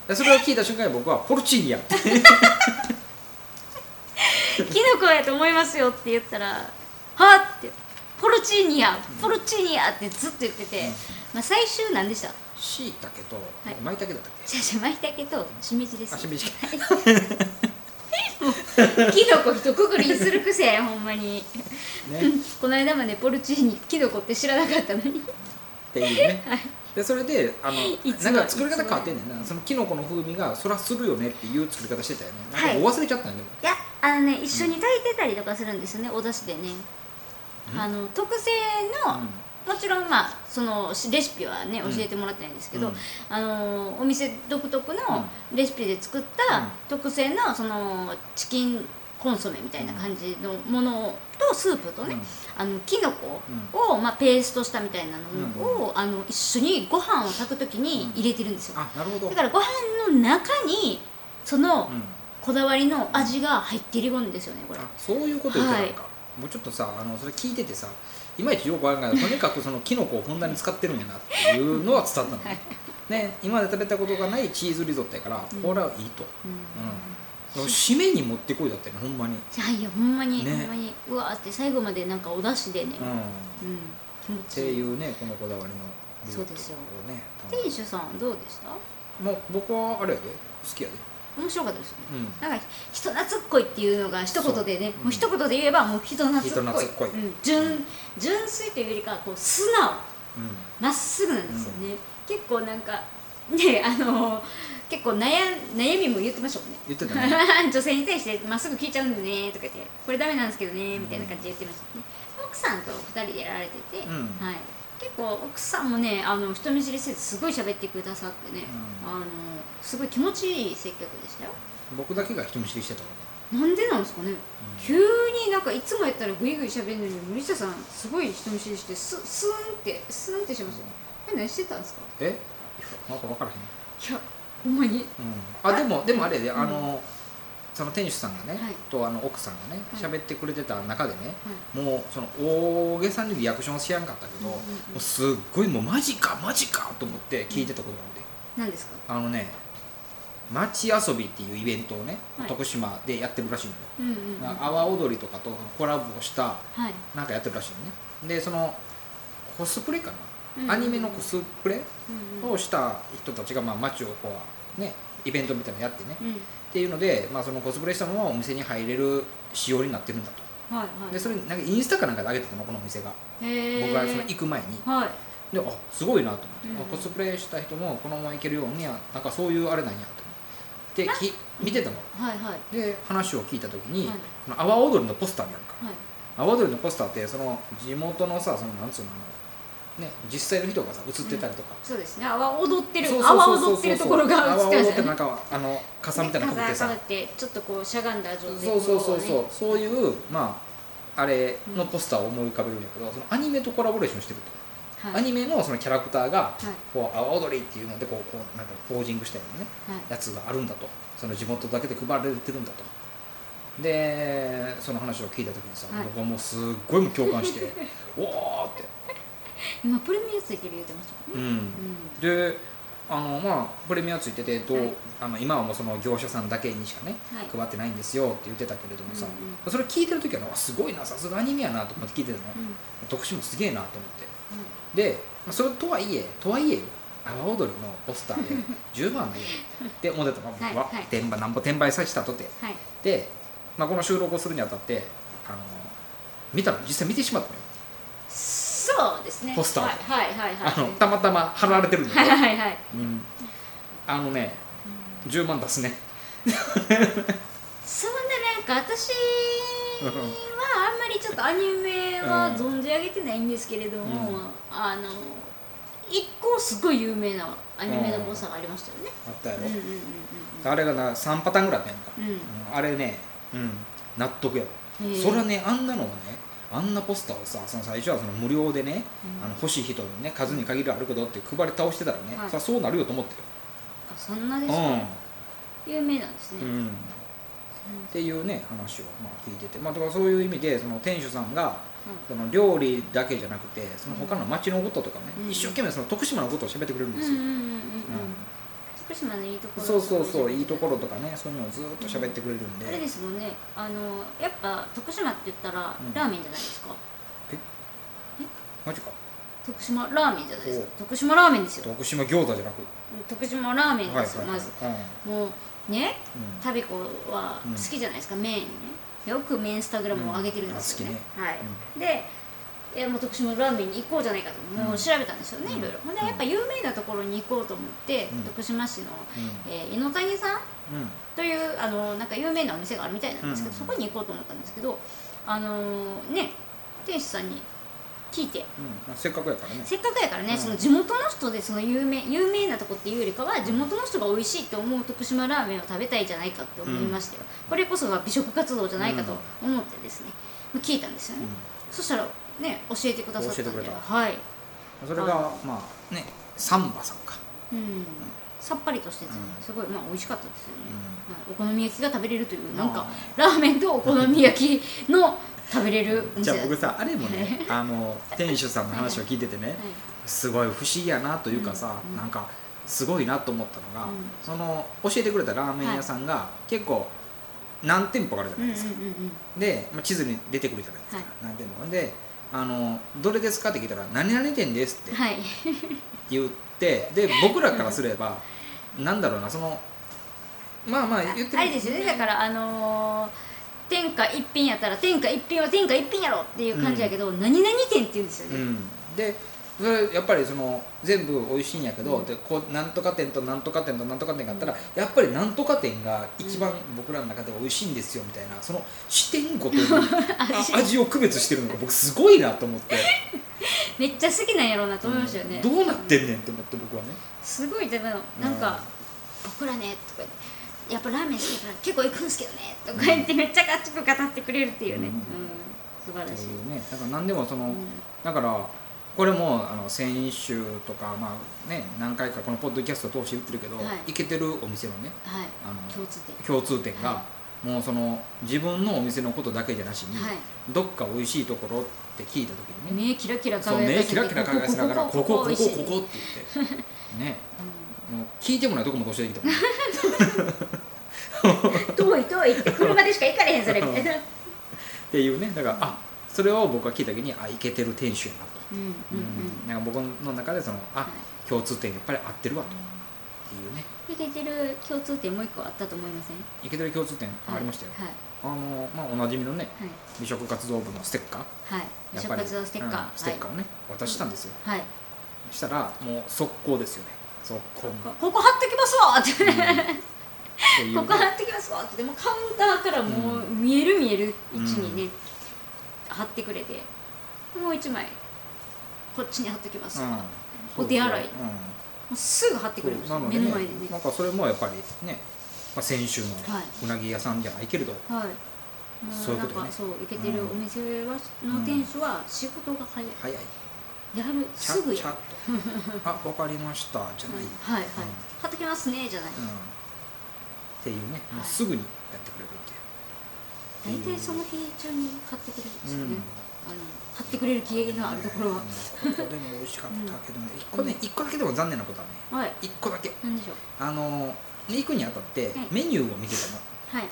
[SPEAKER 1] でそれを聞いた瞬間に僕は「ポルチーニや!」って
[SPEAKER 2] キノコやと思いますよって言ったら「はっ!」って「ポルチーニやポルチーニや!」ってずっと言ってて、
[SPEAKER 1] うん
[SPEAKER 2] まあ、最終何でした
[SPEAKER 1] しいたけと
[SPEAKER 2] い
[SPEAKER 1] まいたけだったっ
[SPEAKER 2] じゃあじゃあ舞茸としめじで
[SPEAKER 1] け
[SPEAKER 2] す
[SPEAKER 1] 足短い
[SPEAKER 2] キノコ一括りにする癖やほんまに
[SPEAKER 1] ね
[SPEAKER 2] この間までポルチーニキノコって知らなかったのに
[SPEAKER 1] っていうねでそれであ
[SPEAKER 2] いつ
[SPEAKER 1] の
[SPEAKER 2] も
[SPEAKER 1] なんか作り方変わってんねんなそのキノコの風味がそらするよねっていう作り方してたよねなんか
[SPEAKER 2] はい
[SPEAKER 1] もう忘れちゃったんでも
[SPEAKER 2] いやあのね一緒に炊いてたりとかするんですねお出汁でね
[SPEAKER 1] うん
[SPEAKER 2] あの特製の、もちろんまあそのしレシピはね教
[SPEAKER 1] うん
[SPEAKER 2] えてもらってないんですけど、
[SPEAKER 1] うん
[SPEAKER 2] あのお店独特のレシピで作った、
[SPEAKER 1] うん
[SPEAKER 2] 特製のそのチキンコンソメみたいな感じのものとスープとね、
[SPEAKER 1] うん
[SPEAKER 2] あのキノコを、まあ、ペーストしたみたいなのを、あの一緒にご飯を炊く時に入れてるんですよ、
[SPEAKER 1] あなるほど
[SPEAKER 2] だからご飯の中にその
[SPEAKER 1] うん
[SPEAKER 2] こだわりの味が入ってるんですよねこれ
[SPEAKER 1] あそういうこと言ってたのか、
[SPEAKER 2] は
[SPEAKER 1] もうちょっとさあのそれ聞いててさいまいちよくわからないとにかくそのキノコをふんだんに使ってるんやなっていうのは伝わったのねね今まで食べたことがないチーズリゾットやから、
[SPEAKER 2] うん
[SPEAKER 1] これはいいと
[SPEAKER 2] うん、
[SPEAKER 1] 締めに持ってこいだったよねほんまに
[SPEAKER 2] いやいやほんまに、
[SPEAKER 1] ね
[SPEAKER 2] ほんまにうわーって最後までなんかお出汁でね、
[SPEAKER 1] うんっ
[SPEAKER 2] うん、気持
[SPEAKER 1] て
[SPEAKER 2] ちい
[SPEAKER 1] い
[SPEAKER 2] いう
[SPEAKER 1] ねこのこだわりのリゾットをね
[SPEAKER 2] 店主さんはどうでした
[SPEAKER 1] もう僕はあれやで好きやで
[SPEAKER 2] 面白かったですね
[SPEAKER 1] うん
[SPEAKER 2] なんか人懐っこいっていうのが一言でね
[SPEAKER 1] そう
[SPEAKER 2] もう一言で言えばもう人懐っこい
[SPEAKER 1] 人懐っこい
[SPEAKER 2] うん、純純粋というよりかはこう素直まっすぐなんですよね、結構なんか ねあのー結構悩悩みも言ってましたもんね
[SPEAKER 1] 言ってたね
[SPEAKER 2] 女性に対して「まっすぐ聞いちゃうんでね」とか言って「これダメなんですけどね」みたいな感じで言ってましたね奥さんと二人でやられてて、
[SPEAKER 1] うん
[SPEAKER 2] はい、結構奥さんもねあの人見知りせずすごい喋ってくださってね、
[SPEAKER 1] うん
[SPEAKER 2] あのすごい気持ちいい接客でしたよ
[SPEAKER 1] うん僕だけが人見知りしてたもん
[SPEAKER 2] なんでなんですかね、急になんかいつもやったらグイグイ喋るのに森下さんすごい人見知りしてススーンってスーンってしましたよえ何してたんですか
[SPEAKER 1] えなんか分からへん
[SPEAKER 2] いやほんまに
[SPEAKER 1] うん、あでもでもあれやであの、その店主さんがね、
[SPEAKER 2] はい
[SPEAKER 1] とあの奥さんがね
[SPEAKER 2] はい
[SPEAKER 1] 喋ってくれてた中でね、もうその大げさにリアクションしやんかったけど、
[SPEAKER 2] うんうんう
[SPEAKER 1] も
[SPEAKER 2] ん
[SPEAKER 1] うすっごいもうマジかマジかと思って聞いてたことが
[SPEAKER 2] 何ですか
[SPEAKER 1] あるで、あのね町遊びっていうイベントをね、
[SPEAKER 2] はい
[SPEAKER 1] 徳島でやってるらしいのよ、
[SPEAKER 2] うんうんうん、
[SPEAKER 1] 阿波踊りとかとコラボした
[SPEAKER 2] はい、
[SPEAKER 1] なんかやってるらしいのねでそのコスプレか
[SPEAKER 2] う
[SPEAKER 1] な、
[SPEAKER 2] んうん
[SPEAKER 1] アニメのコスプレ
[SPEAKER 2] うんうん
[SPEAKER 1] をした人たちが、まあ、町をこうねイベントみたいなのやってね、
[SPEAKER 2] うん
[SPEAKER 1] っていうので、まあ、そのコスプレしたのはお店に入れる仕様になってるんだと
[SPEAKER 2] はいはい
[SPEAKER 1] でそれなんかインスタかなんかで上げてたのこのお店が、
[SPEAKER 2] へー
[SPEAKER 1] 僕がその行く前に
[SPEAKER 2] はい
[SPEAKER 1] であすごいなと思って、
[SPEAKER 2] うん
[SPEAKER 1] あコスプレした人もこのまま行けるようにやなんかそういうあれなんやと思ってき見てたの
[SPEAKER 2] はいはい
[SPEAKER 1] で話を聞いた時に、
[SPEAKER 2] はい
[SPEAKER 1] この阿波踊りのポスターにあるか
[SPEAKER 2] はい
[SPEAKER 1] 阿波踊りのポスターってその地元のさそのなんつうのあのね実際の人がさ映ってたりとか、
[SPEAKER 2] そうですね泡踊ってる
[SPEAKER 1] そうそう
[SPEAKER 2] 泡
[SPEAKER 1] そうそう
[SPEAKER 2] 踊ってるところが
[SPEAKER 1] 阿
[SPEAKER 2] 映っ
[SPEAKER 1] 波
[SPEAKER 2] てま
[SPEAKER 1] 踊
[SPEAKER 2] し
[SPEAKER 1] って
[SPEAKER 2] た
[SPEAKER 1] な
[SPEAKER 2] ね
[SPEAKER 1] んかあの傘みたいなの被ってさ
[SPEAKER 2] 傘ってちょっとこうしゃがんだ状態
[SPEAKER 1] そうそうそうそう
[SPEAKER 2] こ
[SPEAKER 1] そういうまああれのポスターを思い浮かべるんだけど、そのアニメとコラボレーションしてると、
[SPEAKER 2] うねはい
[SPEAKER 1] アニメのそのキャラクターが
[SPEAKER 2] はい
[SPEAKER 1] こう阿波踊りっていうのでこうこうなんかポージングしたようなね
[SPEAKER 2] はい
[SPEAKER 1] やつがあるんだとその地元だけで配られてるんだとでその話を聞いた時にさ、
[SPEAKER 2] はい
[SPEAKER 1] 僕はもうすっごいもう共感して おおって
[SPEAKER 2] 今プレミアついてる言ってましたもんね
[SPEAKER 1] う
[SPEAKER 2] うんん
[SPEAKER 1] であのまあプレミアついててどう、
[SPEAKER 2] はい
[SPEAKER 1] あの今はもうその業者さんだけにしかね、
[SPEAKER 2] はい
[SPEAKER 1] 配ってないんですよって言ってたけれどもさ、
[SPEAKER 2] うん
[SPEAKER 1] それ聞いてる時はねあすごいなさすがアニメやなと思って聞いてたの、
[SPEAKER 2] うんうん
[SPEAKER 1] 徳島すげえなと思ってでまあそれとはいえとはいえよ阿波踊りのポスタ ーで10万だよって思ってたの僕は、
[SPEAKER 2] はいはい
[SPEAKER 1] 転売なんぼ転売させたとて
[SPEAKER 2] はい
[SPEAKER 1] で、まあ、この収録をするにあたってあの見たの実際見てしまったのよ
[SPEAKER 2] そうですね
[SPEAKER 1] ポスター
[SPEAKER 2] はいはいはいはい
[SPEAKER 1] あのたまたま貼られてるんだけ
[SPEAKER 2] は
[SPEAKER 1] ど
[SPEAKER 2] いはいはい
[SPEAKER 1] うん、あのね10万出すね
[SPEAKER 2] そんななんか私 はあんまりちょっとアニメは存じ上げてないんですけれども、
[SPEAKER 1] うん
[SPEAKER 2] あの一個すごい有名なアニメのポスターがありましたよね、
[SPEAKER 1] あったや
[SPEAKER 2] う
[SPEAKER 1] ろ、
[SPEAKER 2] ん、うんうんうん
[SPEAKER 1] あれがな3パターンぐらいあったやんか、
[SPEAKER 2] うん
[SPEAKER 1] うんあれね、うん、納得やわ
[SPEAKER 2] へえ
[SPEAKER 1] それはねあんなのをねあんなポスターをさその最初はその無料でね、
[SPEAKER 2] うん
[SPEAKER 1] あの欲しい人のね数に限りはあるけどって配り倒してたらね、
[SPEAKER 2] はい
[SPEAKER 1] そりゃそうなるよと思って
[SPEAKER 2] あそんなです
[SPEAKER 1] る
[SPEAKER 2] か、
[SPEAKER 1] よ、
[SPEAKER 2] 有名なんですね、
[SPEAKER 1] うんっていうね話をまあ聞いてて、まあ、だからそういう意味でその店主さんがその料理だけじゃなくてその他の町のこととかね、
[SPEAKER 2] うん
[SPEAKER 1] 一生懸命その徳島のことを喋ってくれるん
[SPEAKER 2] うん
[SPEAKER 1] で
[SPEAKER 2] う
[SPEAKER 1] す
[SPEAKER 2] んうん
[SPEAKER 1] よ、
[SPEAKER 2] うんうんうん
[SPEAKER 1] うん
[SPEAKER 2] 徳島のいいところ
[SPEAKER 1] そうそうそういいとこ
[SPEAKER 2] ろ
[SPEAKER 1] ろとかねそういうのをずっと喋ってくれるんで、
[SPEAKER 2] あれですもんねあのやっぱ徳島って言ったら
[SPEAKER 1] うん
[SPEAKER 2] ラーメンじゃないですか、
[SPEAKER 1] マジか
[SPEAKER 2] 徳島ラーメンじゃないですか
[SPEAKER 1] お
[SPEAKER 2] 徳島ラーメンですよ
[SPEAKER 1] 徳島餃子じゃなく
[SPEAKER 2] 徳島ラーメ
[SPEAKER 1] はい
[SPEAKER 2] ンで
[SPEAKER 1] は
[SPEAKER 2] すよ、
[SPEAKER 1] いはい
[SPEAKER 2] まずもうね
[SPEAKER 1] うんうん
[SPEAKER 2] 旅子は
[SPEAKER 1] うん
[SPEAKER 2] 好きじゃないですか、麺ねよくメンスタグラムを上げてるんですよね,、
[SPEAKER 1] う
[SPEAKER 2] はい
[SPEAKER 1] うん
[SPEAKER 2] でいやもう徳島ラーメンに行こうじゃないかともう調べたんですよね、
[SPEAKER 1] うん
[SPEAKER 2] いろいろほんでやっぱ有名なところに行こうと思って、
[SPEAKER 1] うん
[SPEAKER 2] 徳島市の、えー、井の谷さん
[SPEAKER 1] うんうん
[SPEAKER 2] というあのなんか有名なお店があるみたいなんですけど、
[SPEAKER 1] うん
[SPEAKER 2] そこに行こうと思ったんですけどあのーね店主さんに聞いて
[SPEAKER 1] うんまあせっかくやからね
[SPEAKER 2] せっかくやからね、
[SPEAKER 1] うん
[SPEAKER 2] その地元の人でその有名有名なとこっていうよりかは地元の人が美味しいと思う徳島ラーメンを食べたいじゃないかって思いましたよ、これこそが美食活動じゃないかと思ってですね、聞いたんですよね、
[SPEAKER 1] う
[SPEAKER 2] そしたらね教えてくださったん
[SPEAKER 1] 教えてく
[SPEAKER 2] で
[SPEAKER 1] れた
[SPEAKER 2] はい、
[SPEAKER 1] んそれがまあねサンバさんか、
[SPEAKER 2] うん、さっぱりとしてて、
[SPEAKER 1] うん
[SPEAKER 2] すごいまあ美味しかったですよね、
[SPEAKER 1] う
[SPEAKER 2] はいお好み焼きが食べれるというなんか
[SPEAKER 1] ま
[SPEAKER 2] ラーメンとお好み焼きの食べれるお
[SPEAKER 1] んじ
[SPEAKER 2] 店
[SPEAKER 1] ゃあ
[SPEAKER 2] だった
[SPEAKER 1] 僕さあれもね あの店主さんの話を聞いててね
[SPEAKER 2] はい
[SPEAKER 1] すごい不思議やなというかさ、
[SPEAKER 2] うん
[SPEAKER 1] なんかすごいなと思ったのが、
[SPEAKER 2] うん
[SPEAKER 1] その教えてくれたラーメン屋さんが結構何店舗かあるじゃ
[SPEAKER 2] う
[SPEAKER 1] なんい
[SPEAKER 2] うんう
[SPEAKER 1] で
[SPEAKER 2] ん
[SPEAKER 1] すか、で、まあ、地図に出てくるじゃないですか、
[SPEAKER 2] はい
[SPEAKER 1] 何店舗であの「どれですか?」って聞いたら「何々店です」っ
[SPEAKER 2] うん
[SPEAKER 1] て
[SPEAKER 2] はい
[SPEAKER 1] 言ってで僕らからすれば、なんだろうなそのまあまあ言って
[SPEAKER 2] あれですよねだからあのー天下一品やったら天下一品は天下一品やろっていう感じやけど、何々店って言うんですよ
[SPEAKER 1] う
[SPEAKER 2] ね、
[SPEAKER 1] ん、でそれやっぱりその全部美味しいんやけど、
[SPEAKER 2] うん
[SPEAKER 1] でこうなんとか店となんとか店となんとか店があったら、やっぱりなんとか店が一番僕らの中では美味しいんですよみたいなその視点 ごとにあ味を区別してるのが僕すごいなと思って
[SPEAKER 2] めっちゃ好きなんやろうなと 思いましたよね、
[SPEAKER 1] うんどうなってんねんって思って僕はね
[SPEAKER 2] すごいでもなんか、僕らねとか言ってやっぱラーメン好きだから結構行くんすけどねとか言ってめっちゃガッチく語ってくれるっていうね、
[SPEAKER 1] う
[SPEAKER 2] うんん素
[SPEAKER 1] っ
[SPEAKER 2] 晴ら
[SPEAKER 1] て
[SPEAKER 2] しい、
[SPEAKER 1] いうねだから何でもその、
[SPEAKER 2] うん
[SPEAKER 1] だからこれもあの先週とか、まあね、何回かこのポッドキャストを通して言ってるけど、
[SPEAKER 2] はい
[SPEAKER 1] 行けてるお店のね
[SPEAKER 2] はい
[SPEAKER 1] あの
[SPEAKER 2] 共通点
[SPEAKER 1] 共通点が、
[SPEAKER 2] は
[SPEAKER 1] もうその自分のお店のことだけじゃなしに、
[SPEAKER 2] はい
[SPEAKER 1] どっか美味しいところって聞いた時にね
[SPEAKER 2] 目キラキラ
[SPEAKER 1] そう目
[SPEAKER 2] 輝かせて
[SPEAKER 1] キラキラ輝かせながらここここここ
[SPEAKER 2] 美味しい
[SPEAKER 1] って言ってねもう聞いてもないとこも教えてきた もんね
[SPEAKER 2] 遠い遠いって車でしか行かれへんそれみたいな
[SPEAKER 1] っていうねだからあそれを僕は聞いた時にあいけてる店主やなと、
[SPEAKER 2] うんうん
[SPEAKER 1] う
[SPEAKER 2] うんん
[SPEAKER 1] なんか僕の中でそのあ、
[SPEAKER 2] は
[SPEAKER 1] 共通点やっぱり合ってるわとっていうね
[SPEAKER 2] いけてる共通点もう一個あったと思いません
[SPEAKER 1] いけてる共通点ありましたよ、
[SPEAKER 2] はい
[SPEAKER 1] あのまあおなじみのね
[SPEAKER 2] はい
[SPEAKER 1] 美食活動部のステッカー
[SPEAKER 2] はい美
[SPEAKER 1] やっ
[SPEAKER 2] 食
[SPEAKER 1] ぱり
[SPEAKER 2] 活動ステッカー、
[SPEAKER 1] うんステッカーをね、渡したんですよ
[SPEAKER 2] はい、はい、
[SPEAKER 1] したらもう速攻ですよね速攻
[SPEAKER 2] こここ貼っときますわって、
[SPEAKER 1] っていう
[SPEAKER 2] こ
[SPEAKER 1] ね
[SPEAKER 2] こ貼ってきますわってでもカウンターからもう見える見える位置にね、貼ってくれてもう一枚こっちに貼っときます、
[SPEAKER 1] うん
[SPEAKER 2] も
[SPEAKER 1] そうそう
[SPEAKER 2] お手洗い
[SPEAKER 1] うん
[SPEAKER 2] うすぐ貼ってくれるんです
[SPEAKER 1] そう
[SPEAKER 2] よ
[SPEAKER 1] なの
[SPEAKER 2] 目
[SPEAKER 1] で
[SPEAKER 2] の
[SPEAKER 1] ね
[SPEAKER 2] 前でね
[SPEAKER 1] なんかそれもやっぱりね、まあ、先週の
[SPEAKER 2] はいう
[SPEAKER 1] なぎ屋さんじゃないけれど、
[SPEAKER 2] はい
[SPEAKER 1] そういうことね
[SPEAKER 2] なんかそういけてるお店は、
[SPEAKER 1] ん
[SPEAKER 2] の店主は仕事が早い、
[SPEAKER 1] 早い
[SPEAKER 2] やる
[SPEAKER 1] ちゃ
[SPEAKER 2] すぐや
[SPEAKER 1] ち
[SPEAKER 2] る
[SPEAKER 1] ゃっとあわかりましたじゃない、うん
[SPEAKER 2] はいはい、貼っときますねじゃない、
[SPEAKER 1] っていうねも
[SPEAKER 2] は
[SPEAKER 1] う
[SPEAKER 2] い
[SPEAKER 1] すぐにやってくれるっ
[SPEAKER 2] 大体その日中に貼ってくれるんですよね、
[SPEAKER 1] うん
[SPEAKER 2] あの貼ってくれる気鋭のあるところは、
[SPEAKER 1] ていう、うんここでも美味しかったけどね一個ね一個だけでも残念なことはね
[SPEAKER 2] はい
[SPEAKER 1] 一個だけ
[SPEAKER 2] なんでしょう
[SPEAKER 1] あの行くにあたって
[SPEAKER 2] はい
[SPEAKER 1] メニューを見てたの、
[SPEAKER 2] はい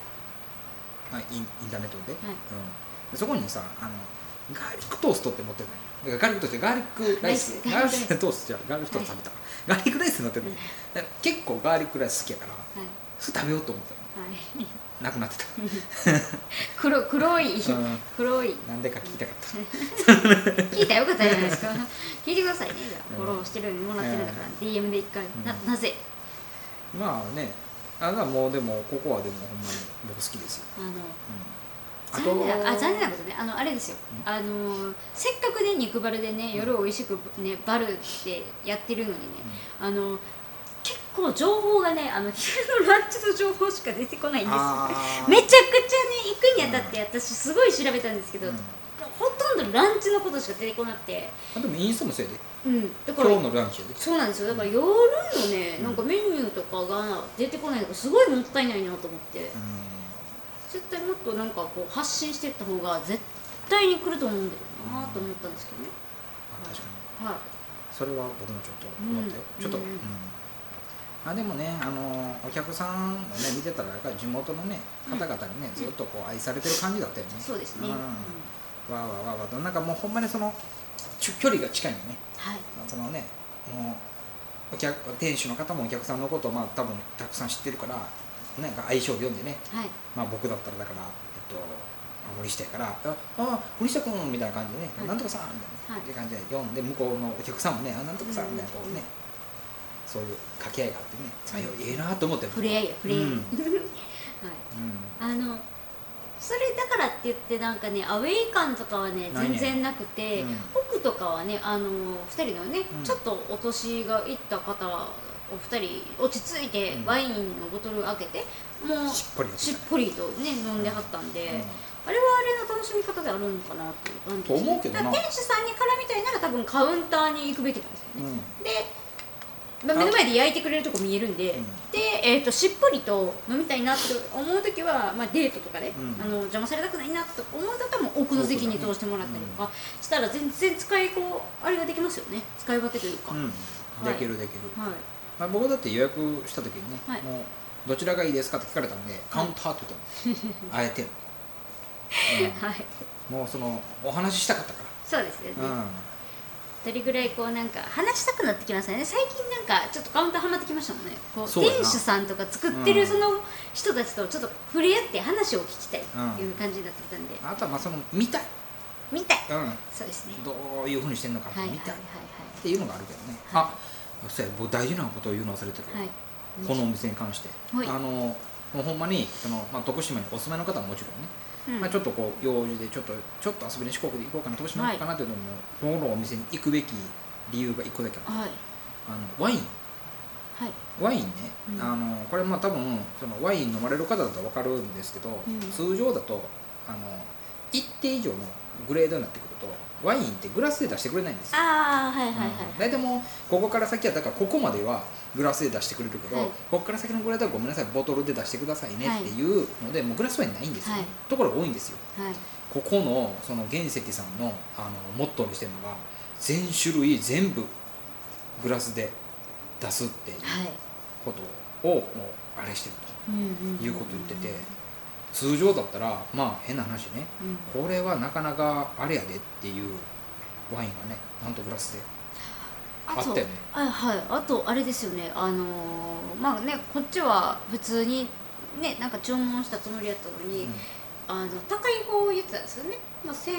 [SPEAKER 1] まあ、インインターネットで、うんでそこにさあのガーリックトーストって持ってないだからガーリックトーストガーリックライスガ
[SPEAKER 2] ライスガ
[SPEAKER 1] ー
[SPEAKER 2] ーリ
[SPEAKER 1] リッ
[SPEAKER 2] ックラ
[SPEAKER 1] ク
[SPEAKER 2] イ
[SPEAKER 1] トーストじゃガーリックトースト食べた、ガーリックライスになってる、
[SPEAKER 2] はい
[SPEAKER 1] だから結構ガーリックライス好きやから
[SPEAKER 2] はい
[SPEAKER 1] それ食べようと思ったの
[SPEAKER 2] はい
[SPEAKER 1] なくなってた、
[SPEAKER 2] 黒黒い、
[SPEAKER 1] うん
[SPEAKER 2] 黒い
[SPEAKER 1] なんでか聞きたかった
[SPEAKER 2] 聞いたらよかったじゃないですか 聞いてくださいねじゃあ
[SPEAKER 1] う
[SPEAKER 2] フ
[SPEAKER 1] ん
[SPEAKER 2] ォローしてるもらってるんだから、DM で一回、
[SPEAKER 1] ん
[SPEAKER 2] ななぜ
[SPEAKER 1] まあねあだからもうでもここはでもほんまに僕好きですよ、
[SPEAKER 2] あの
[SPEAKER 1] うん、
[SPEAKER 2] 残念なあ残念な
[SPEAKER 1] こ
[SPEAKER 2] ことねあのあれですよあのーせっかくね肉バルでね夜美味しくねバルってやってるのにね、あの結構情報がねあの昼のランチの情報しか出てこないんですよ
[SPEAKER 1] あー
[SPEAKER 2] めちゃくちゃね行くにあたって私すごい調べたんですけど、
[SPEAKER 1] うん
[SPEAKER 2] ほとんどランチのことしか出てこなくて
[SPEAKER 1] あでもインスタもそうやで
[SPEAKER 2] うんだか
[SPEAKER 1] 今
[SPEAKER 2] ら
[SPEAKER 1] 日のランチやで
[SPEAKER 2] そうなんですよだから夜のねなんかメニューとかが出てこないのがすごいもったいないなと思って
[SPEAKER 1] う
[SPEAKER 2] 絶対もっとなんかこう発信していった方が絶対に来ると思うんだけどなと思ったんですけど
[SPEAKER 1] ん
[SPEAKER 2] ね
[SPEAKER 1] まあ確かに
[SPEAKER 2] はい
[SPEAKER 1] それは僕もちょっと思ったよ、
[SPEAKER 2] うん
[SPEAKER 1] ちょっと、
[SPEAKER 2] う
[SPEAKER 1] うんんあでもねあのお客さんをね見てたらやっぱり地元のね方々にね、ずっとこう愛されてる感じだったよね
[SPEAKER 2] そうですね、
[SPEAKER 1] ん
[SPEAKER 2] うん
[SPEAKER 1] わあわあわあわあなんかもうほんまにそのちょ距離が近いよね
[SPEAKER 2] はい
[SPEAKER 1] そのねもうお客店主の方もお客さんのことをまあ多分たくさん知ってるからなんか相性を読んでね
[SPEAKER 2] はい
[SPEAKER 1] まあ、僕だったらだから、えっと、森下やから「ああ森下君」みたいな感じでね「
[SPEAKER 2] はい
[SPEAKER 1] なんとかさん」みたいな、
[SPEAKER 2] は
[SPEAKER 1] っ
[SPEAKER 2] い
[SPEAKER 1] て感じで読んで向こうのお客さんもね「あなんとかさん」みたいなこうね、
[SPEAKER 2] うんうん
[SPEAKER 1] そういう掛け合いがあってね「あよええな」と思って
[SPEAKER 2] 触れ合いよ触れ合い、
[SPEAKER 1] うん
[SPEAKER 2] はいあのそれだからって言ってなんかねアウェイ感とかはね
[SPEAKER 1] ないね
[SPEAKER 2] 全然なくて、
[SPEAKER 1] うん
[SPEAKER 2] 僕とかはねあの2人のね、
[SPEAKER 1] うん
[SPEAKER 2] ちょっとお年がいった方お二人落ち着いて
[SPEAKER 1] うん
[SPEAKER 2] ワインのボトル開けて、もう
[SPEAKER 1] しっぽりやって
[SPEAKER 2] しったぽりとね飲んではったんで、
[SPEAKER 1] ね、
[SPEAKER 2] あれはあれの楽しみ方であるのかなっていう感じですね
[SPEAKER 1] と思うけどな
[SPEAKER 2] だから店主さんに絡みたいなら多分カウンターに行くべきなんですよ
[SPEAKER 1] う
[SPEAKER 2] ね、
[SPEAKER 1] んうん
[SPEAKER 2] まあ、
[SPEAKER 1] あ
[SPEAKER 2] 目の前で焼いてくれるとこ見えるんで、
[SPEAKER 1] うん
[SPEAKER 2] で、えー、としっぽりと飲みたいなって思う時は、まあ、デートとかで、
[SPEAKER 1] うん
[SPEAKER 2] あの邪魔されたくないなと思う方も奥の席に通してもらったりとかしたら全然使いこうあれができますよね使い分けというか、
[SPEAKER 1] うん
[SPEAKER 2] は
[SPEAKER 1] で
[SPEAKER 2] い
[SPEAKER 1] きるできる、
[SPEAKER 2] はい
[SPEAKER 1] まあ、僕だって予約した時にね、
[SPEAKER 2] はい
[SPEAKER 1] もうどちらがいいですかって聞かれたんで、カウンターって言ったのあえて、 う
[SPEAKER 2] はい
[SPEAKER 1] んもうそのお話ししたかったか
[SPEAKER 2] そうですよね、
[SPEAKER 1] ら、うん
[SPEAKER 2] どれぐらいこうなんか話したくなってきましたね最近なんかちょっとカウンターハマってきましたもんねこう
[SPEAKER 1] そう
[SPEAKER 2] 店
[SPEAKER 1] やな
[SPEAKER 2] 主さんとか作ってる
[SPEAKER 1] うん
[SPEAKER 2] その人たちとちょっと触れ合って話を聞きたいっていう感じになってきたんで、
[SPEAKER 1] あとはまあその見たい、
[SPEAKER 2] 見たい
[SPEAKER 1] うん、
[SPEAKER 2] そうですね
[SPEAKER 1] どういうふうにしてるのかって
[SPEAKER 2] はいはいは
[SPEAKER 1] 見
[SPEAKER 2] い
[SPEAKER 1] たい
[SPEAKER 2] は
[SPEAKER 1] っていうのがあるけどね、
[SPEAKER 2] はい
[SPEAKER 1] あそうや僕大事なことを言うの忘れてる、
[SPEAKER 2] いはい
[SPEAKER 1] このお店に関して、
[SPEAKER 2] はい
[SPEAKER 1] あのもうほんまにその、まあ、徳島にお住まいの方はもちろんね、
[SPEAKER 2] うん
[SPEAKER 1] まあ、ちょっとこう用事でちょっとちょっと遊びに四国で行こうかな徳島行こうかなっていうのも、どのお店に行くべき理由が一個だけある
[SPEAKER 2] はい
[SPEAKER 1] あのワイン
[SPEAKER 2] はい
[SPEAKER 1] ワインね、
[SPEAKER 2] うん
[SPEAKER 1] あのこれまあ多分そのワイン飲まれる方だと分かるんですけど、
[SPEAKER 2] ん
[SPEAKER 1] 通常だとあの一定以上のグレードになってくるとワインってグラスで出してくれないんですよ
[SPEAKER 2] ああはいはいはい
[SPEAKER 1] うん大体もうここから先はだからここまではグラスで出してくれるけど、
[SPEAKER 2] はい
[SPEAKER 1] ここから先のグレードはごめんなさいボトルで出してくださいねっていうので、もうグラスワインないんですよ、
[SPEAKER 2] はい
[SPEAKER 1] ところが多いんですよ
[SPEAKER 2] はい
[SPEAKER 1] ここのその原石さんのあのモットーにしてるのが全種類全部グラスで出すっていう
[SPEAKER 2] はい
[SPEAKER 1] ことをもうあれしてる
[SPEAKER 2] うん
[SPEAKER 1] ということを言ってて通常だったらまあ変な話ね
[SPEAKER 2] うん
[SPEAKER 1] これはなかなかあれやでっていうワインがねなんとグラスであ
[SPEAKER 2] あ
[SPEAKER 1] った
[SPEAKER 2] と
[SPEAKER 1] よね
[SPEAKER 2] あはいあとあれですよねあのーまあねこっちは普通にねなんか注文したつもりやったのに、
[SPEAKER 1] うん
[SPEAKER 2] あの高い方を言ってたんですよね、まあ、1000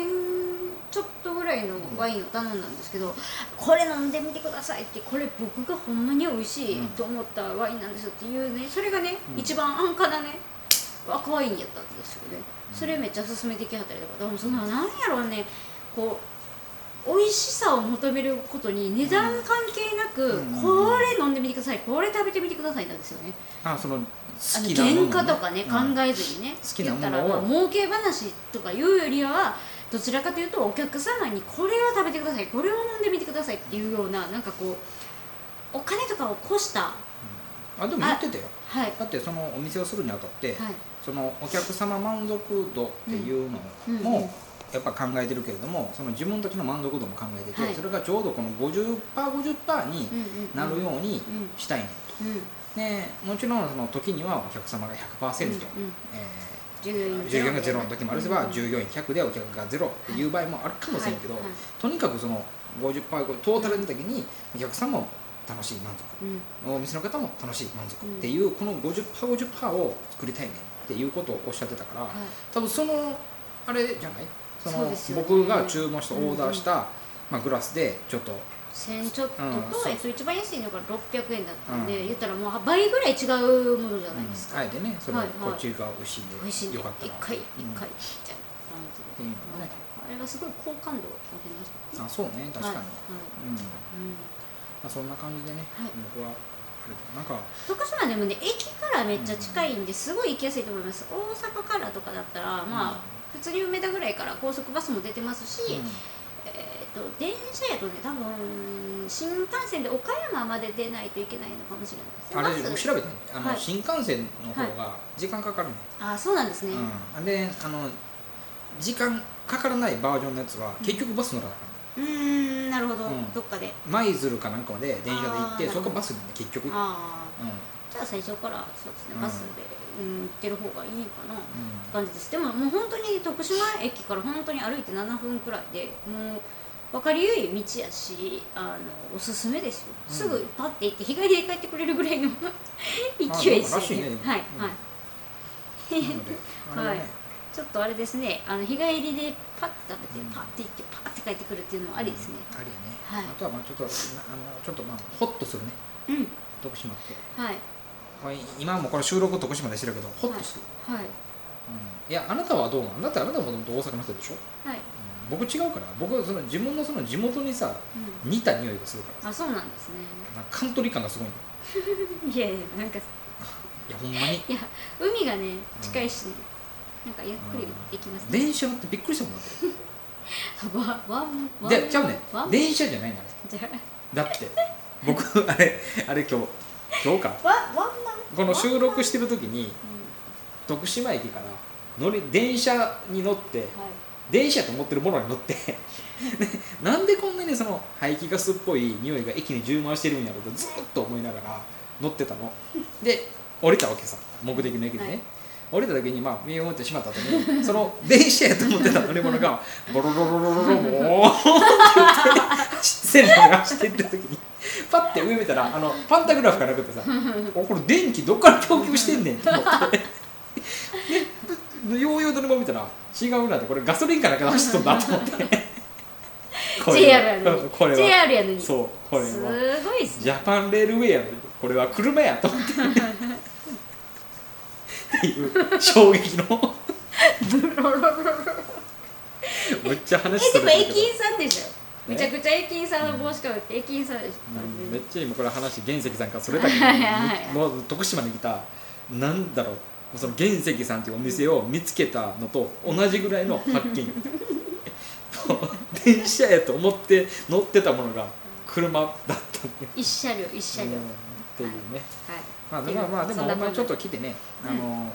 [SPEAKER 2] ちょっとぐらいのワインを頼んだんですけど、これ飲んでみてくださいってこれ僕がほんまに美味しいと思ったワインなんですよっていうねそれがね、
[SPEAKER 1] うん
[SPEAKER 2] 一番安価なね赤ワインやったんですよね
[SPEAKER 1] うん
[SPEAKER 2] それめっちゃ勧めてきはったりとかでもそのなんやろうねこう美味しさを求めることに値段関係なく、
[SPEAKER 1] うん
[SPEAKER 2] これ飲んでみてくださいこれ食べてみてくださいなんですよね
[SPEAKER 1] あその好
[SPEAKER 2] あの
[SPEAKER 1] きなものね
[SPEAKER 2] 原価とかね、
[SPEAKER 1] うん
[SPEAKER 2] 考えずにね
[SPEAKER 1] 好きなものを
[SPEAKER 2] 言ったらまあ儲け話とかいうよりはどちらかというとお客様にこれを食べてくださいこれを飲んでみてくださいっていうようななんかこうお金とかをこした
[SPEAKER 1] あでも言ってたよ
[SPEAKER 2] はい
[SPEAKER 1] だってそのお店をするにあたって、
[SPEAKER 2] はい
[SPEAKER 1] そのお客様満足度っていうの
[SPEAKER 2] うんうんうん
[SPEAKER 1] もやっぱ考えてるけれどもその自分たちの満足度も考えてて、
[SPEAKER 2] はい
[SPEAKER 1] それがちょうどこの 50%50% に
[SPEAKER 2] うんうんうん
[SPEAKER 1] なるように
[SPEAKER 2] うん
[SPEAKER 1] したいね
[SPEAKER 2] うん
[SPEAKER 1] と、ねもちろんその時にはお客様が100%、
[SPEAKER 2] うんうん
[SPEAKER 1] え
[SPEAKER 2] 従業
[SPEAKER 1] ー
[SPEAKER 2] 員
[SPEAKER 1] 従業員がゼロの時もあれば、
[SPEAKER 2] うん
[SPEAKER 1] 従業員100でお客がゼロっていう場合もあるかもしれんけど、
[SPEAKER 2] はいはい
[SPEAKER 1] とにかくその50%トータルの時にお客様も楽しい満足
[SPEAKER 2] うん
[SPEAKER 1] お店の方も楽しい満足
[SPEAKER 2] うん
[SPEAKER 1] っていう、この 50%50% を作りたいねっていうことをおっしゃってたから、
[SPEAKER 2] はい
[SPEAKER 1] 多分そのあれじゃないその
[SPEAKER 2] そうですよね
[SPEAKER 1] 僕が注文したオーダーした、まあ、グラスでちょっと
[SPEAKER 2] 1000ちょっと
[SPEAKER 1] うん
[SPEAKER 2] と、
[SPEAKER 1] そう
[SPEAKER 2] えっと、一番安いのが600円だったんで、
[SPEAKER 1] うん
[SPEAKER 2] 言ったらもう倍ぐらい違うものじゃないですか、
[SPEAKER 1] あえてねそれを
[SPEAKER 2] はいはい
[SPEAKER 1] こっちが美味しいんで、
[SPEAKER 2] 美味しいんで
[SPEAKER 1] よ
[SPEAKER 2] 一
[SPEAKER 1] かったら
[SPEAKER 2] 回一
[SPEAKER 1] うん
[SPEAKER 2] 回ちっちゃい感じで、
[SPEAKER 1] ていうのね
[SPEAKER 2] あれはすごい好感度を持てました
[SPEAKER 1] あそうね確かに、
[SPEAKER 2] はい
[SPEAKER 1] うんま
[SPEAKER 2] はいうん
[SPEAKER 1] あ、そんな感じでね、
[SPEAKER 2] はい
[SPEAKER 1] 僕はあれだなんか
[SPEAKER 2] 徳島でもね駅からめっちゃ近いんですごい行きやすいと思います大阪からとかだったらまあ
[SPEAKER 1] う
[SPEAKER 2] 普通に梅田ぐらいから高速バスも出てますし、
[SPEAKER 1] うん
[SPEAKER 2] えー、と電車やとね多分新幹線で岡山まで出ないといけないのかもしれ
[SPEAKER 1] あ
[SPEAKER 2] ない
[SPEAKER 1] れ
[SPEAKER 2] です
[SPEAKER 1] 僕
[SPEAKER 2] バス
[SPEAKER 1] 調べてねあの、
[SPEAKER 2] はい
[SPEAKER 1] 新幹線の方が時間かかるね、
[SPEAKER 2] あそうなんですね、
[SPEAKER 1] うん、であの時間かからないバージョンのやつは結局バス乗らなあかっ
[SPEAKER 2] うーんなるほど、
[SPEAKER 1] うん
[SPEAKER 2] どっかで
[SPEAKER 1] た舞鶴かなんかまで電車で行っ
[SPEAKER 2] あ
[SPEAKER 1] て
[SPEAKER 2] ー
[SPEAKER 1] そこからバスなんで結局、うんうん、
[SPEAKER 2] ああじゃあ最初からそうですね
[SPEAKER 1] うん
[SPEAKER 2] バスで、うん、行ってる方がいいかな、って感じですでももう本当に徳島駅から本当に歩いて7分くらいでもう分かりゆい道やしあのおすすめですよ、
[SPEAKER 1] うん
[SPEAKER 2] すぐパッて行って日帰りで帰ってくれるぐらいの 勢いです
[SPEAKER 1] あなんからしいね
[SPEAKER 2] はい、
[SPEAKER 1] うん
[SPEAKER 2] はい
[SPEAKER 1] なのであれはね、
[SPEAKER 2] はいちょっとあれですねあの日帰りでパッて食べ
[SPEAKER 1] う
[SPEAKER 2] て
[SPEAKER 1] ん
[SPEAKER 2] パッて行ってパッて帰ってくるっていうのもありですね
[SPEAKER 1] ありやね、
[SPEAKER 2] はい
[SPEAKER 1] あとはまあちょっとなあのちょっとまあホッとするね
[SPEAKER 2] うん、
[SPEAKER 1] 徳島って
[SPEAKER 2] はい
[SPEAKER 1] これ今もこれ収録徳島でしてるけどホッとする、
[SPEAKER 2] は
[SPEAKER 1] う
[SPEAKER 2] い
[SPEAKER 1] ん、いやあなたはどうなんだってあなたもともと大阪の人でしょ、うん
[SPEAKER 2] はい、
[SPEAKER 1] 僕違うから僕はその自分のその地元にさ
[SPEAKER 2] う
[SPEAKER 1] 似た匂いがするか
[SPEAKER 2] ん、あそうなんですね
[SPEAKER 1] らなんかカントリー感がすごいの
[SPEAKER 2] いやいやなんか
[SPEAKER 1] いやほんまに
[SPEAKER 2] いや海がね近いしね、なんかゆっくりできますね、
[SPEAKER 1] 電車乗ってびっくりしたもんだって
[SPEAKER 2] わわんわん
[SPEAKER 1] でちゃうね
[SPEAKER 2] わん
[SPEAKER 1] 電車じゃないんだね
[SPEAKER 2] じゃ
[SPEAKER 1] だって僕 あれあれ今日今日か
[SPEAKER 2] あわワンマン
[SPEAKER 1] この収録
[SPEAKER 2] し、
[SPEAKER 1] してる時に
[SPEAKER 2] うん
[SPEAKER 1] 徳島駅から乗り電車に乗って
[SPEAKER 2] はい、
[SPEAKER 1] 電車と思ってるものに乗って でなんでこんなにその排気ガスっぽい匂いが駅に充満してるんやろうとずっと思いながら乗ってたので降りたわけさ目的の駅でね、
[SPEAKER 2] はい
[SPEAKER 1] 降りた時にまあ身をもってしまった後に その電車やと思ってた乗り物がボロロロロロロもう 走ってるのが走っていった時にパッて上見たらあのパンタグラフがなくてさ おこれ電気どっから供給してんねんって思ってでようよう乗り見たら違うなってこれガソリンかなんか走っとんだと思って これ
[SPEAKER 2] JR やのに
[SPEAKER 1] これは
[SPEAKER 2] JR やのに
[SPEAKER 1] そうこれ
[SPEAKER 2] す
[SPEAKER 1] は
[SPEAKER 2] ごいですね
[SPEAKER 1] ジャパンレールウェイやのにこれは車やと思って っていう衝撃のむっちゃ話し
[SPEAKER 2] え
[SPEAKER 1] て
[SPEAKER 2] で
[SPEAKER 1] る
[SPEAKER 2] も駅員さんでしょ
[SPEAKER 1] え
[SPEAKER 2] めちゃくちゃ駅員さんの帽子かぶって駅員さんでしょ、
[SPEAKER 1] うんめっちゃ今これ話原石さんからそれたけ
[SPEAKER 2] はいはいはい
[SPEAKER 1] どもう徳島に来たなんだろうもうその原石さんっていうお店を見つけたのと同じぐらいの発見もう電車やと思って乗ってたものが車だったっていう
[SPEAKER 2] 一車両一車両、
[SPEAKER 1] うんっ
[SPEAKER 2] は
[SPEAKER 1] ていうね
[SPEAKER 2] い
[SPEAKER 1] まあまあまあでも
[SPEAKER 2] そん
[SPEAKER 1] ほ
[SPEAKER 2] なんこん
[SPEAKER 1] ま
[SPEAKER 2] な
[SPEAKER 1] にちょっと来てね
[SPEAKER 2] うん
[SPEAKER 1] あの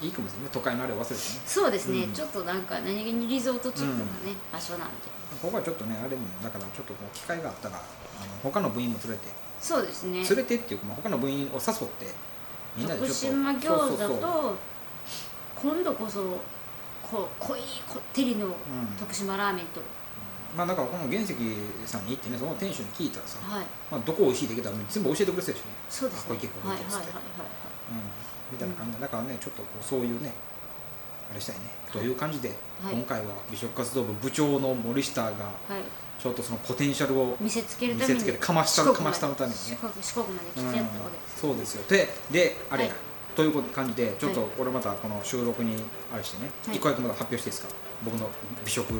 [SPEAKER 1] いいかもしれないね都会のあれを忘れてね
[SPEAKER 2] そうですね、
[SPEAKER 1] うん
[SPEAKER 2] ちょっとなんか何気にリゾートチックなね、場所なんで
[SPEAKER 1] ここはちょっとねあれもだからちょっとこう機会があったらあの他の部員も連れて
[SPEAKER 2] そうですね
[SPEAKER 1] 連れてっていうか、まあ、他の部員を誘ってみんなでちょっ
[SPEAKER 2] 徳
[SPEAKER 1] と
[SPEAKER 2] 島餃
[SPEAKER 1] そ
[SPEAKER 2] 子
[SPEAKER 1] うそうそう
[SPEAKER 2] と今度こそこう濃いこってりの
[SPEAKER 1] うん
[SPEAKER 2] 徳島ラーメンと、
[SPEAKER 1] まあだからこの原石さんに行ってねその店主に聞いたらさ、
[SPEAKER 2] はい
[SPEAKER 1] まあ、どこ美味しいできたら全部教えてくれてるしね、
[SPEAKER 2] そうですね
[SPEAKER 1] あこれ結構
[SPEAKER 2] は
[SPEAKER 1] 濃い
[SPEAKER 2] いはい
[SPEAKER 1] で
[SPEAKER 2] は
[SPEAKER 1] すね
[SPEAKER 2] いはいはい
[SPEAKER 1] うん、みたいな感じで、だからねちょっとこうそういうねあれしたいねという感じで、
[SPEAKER 2] はい
[SPEAKER 1] 今回は美食活動部部長の森下が
[SPEAKER 2] はい、
[SPEAKER 1] ちょっとそのポテンシャルを
[SPEAKER 2] 見せつける
[SPEAKER 1] 見
[SPEAKER 2] ために
[SPEAKER 1] せつけてかました
[SPEAKER 2] 四国
[SPEAKER 1] かましたのために
[SPEAKER 2] 四
[SPEAKER 1] ね、
[SPEAKER 2] 国四国まで来
[SPEAKER 1] うん
[SPEAKER 2] てやったわけです、
[SPEAKER 1] そうですよでであれや、
[SPEAKER 2] はい
[SPEAKER 1] という感じでちょっ
[SPEAKER 2] は
[SPEAKER 1] と俺またこの収録にあれしてね、
[SPEAKER 2] はい
[SPEAKER 1] 一個だけまだ発表していいですか僕の美食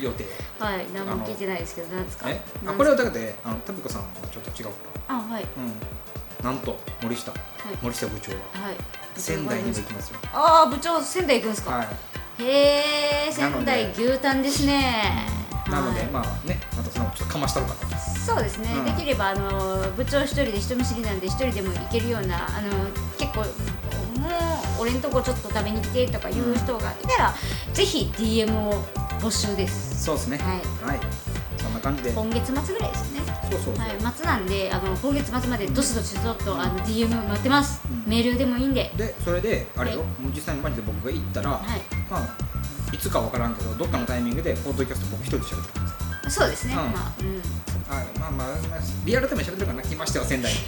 [SPEAKER 1] 予定
[SPEAKER 2] はい何も聞いてないですけど何ですか
[SPEAKER 1] えあ
[SPEAKER 2] 何
[SPEAKER 1] これ
[SPEAKER 2] ですか
[SPEAKER 1] はだけであのタピコさんはちょっと違うか
[SPEAKER 2] あはい
[SPEAKER 1] ら、うん、なんと森下
[SPEAKER 2] は
[SPEAKER 1] 森下部長はい
[SPEAKER 2] はい
[SPEAKER 1] 仙台にも行きますよ
[SPEAKER 2] ああ部長仙台行くんですか、
[SPEAKER 1] は
[SPEAKER 2] へえ
[SPEAKER 1] なの
[SPEAKER 2] 仙
[SPEAKER 1] で
[SPEAKER 2] 台牛タンですね
[SPEAKER 1] いなので、
[SPEAKER 2] はい
[SPEAKER 1] まあねまたそのちょっとかましたのかな
[SPEAKER 2] そうですね、
[SPEAKER 1] うん
[SPEAKER 2] できればあの部長一人で人見知りなんで一人でも行けるようなあの結構もう俺んとこちょっと食べに来てとかいう人がいたら、ぜひ DM を募集です
[SPEAKER 1] そうですね
[SPEAKER 2] はい
[SPEAKER 1] はい、そんな感じでそう
[SPEAKER 2] 今月末ぐらいですね
[SPEAKER 1] そうそう、
[SPEAKER 2] はい末なんであの今月末までどしどしちょっと、あの DM 待ってます、
[SPEAKER 1] うん
[SPEAKER 2] メールでもいいんで
[SPEAKER 1] でそれであれよ、
[SPEAKER 2] はい
[SPEAKER 1] もう実際にマジで僕が行ったら、
[SPEAKER 2] は
[SPEAKER 1] まあいつかわからんけどどっかのタイミングでポッドキャスト僕一人で喋ってるんですよ
[SPEAKER 2] いそうですね、
[SPEAKER 1] うん
[SPEAKER 2] まあうん
[SPEAKER 1] はいまあまあ、まあ、リアルタイムで喋ってるかな来ましたよ仙 台に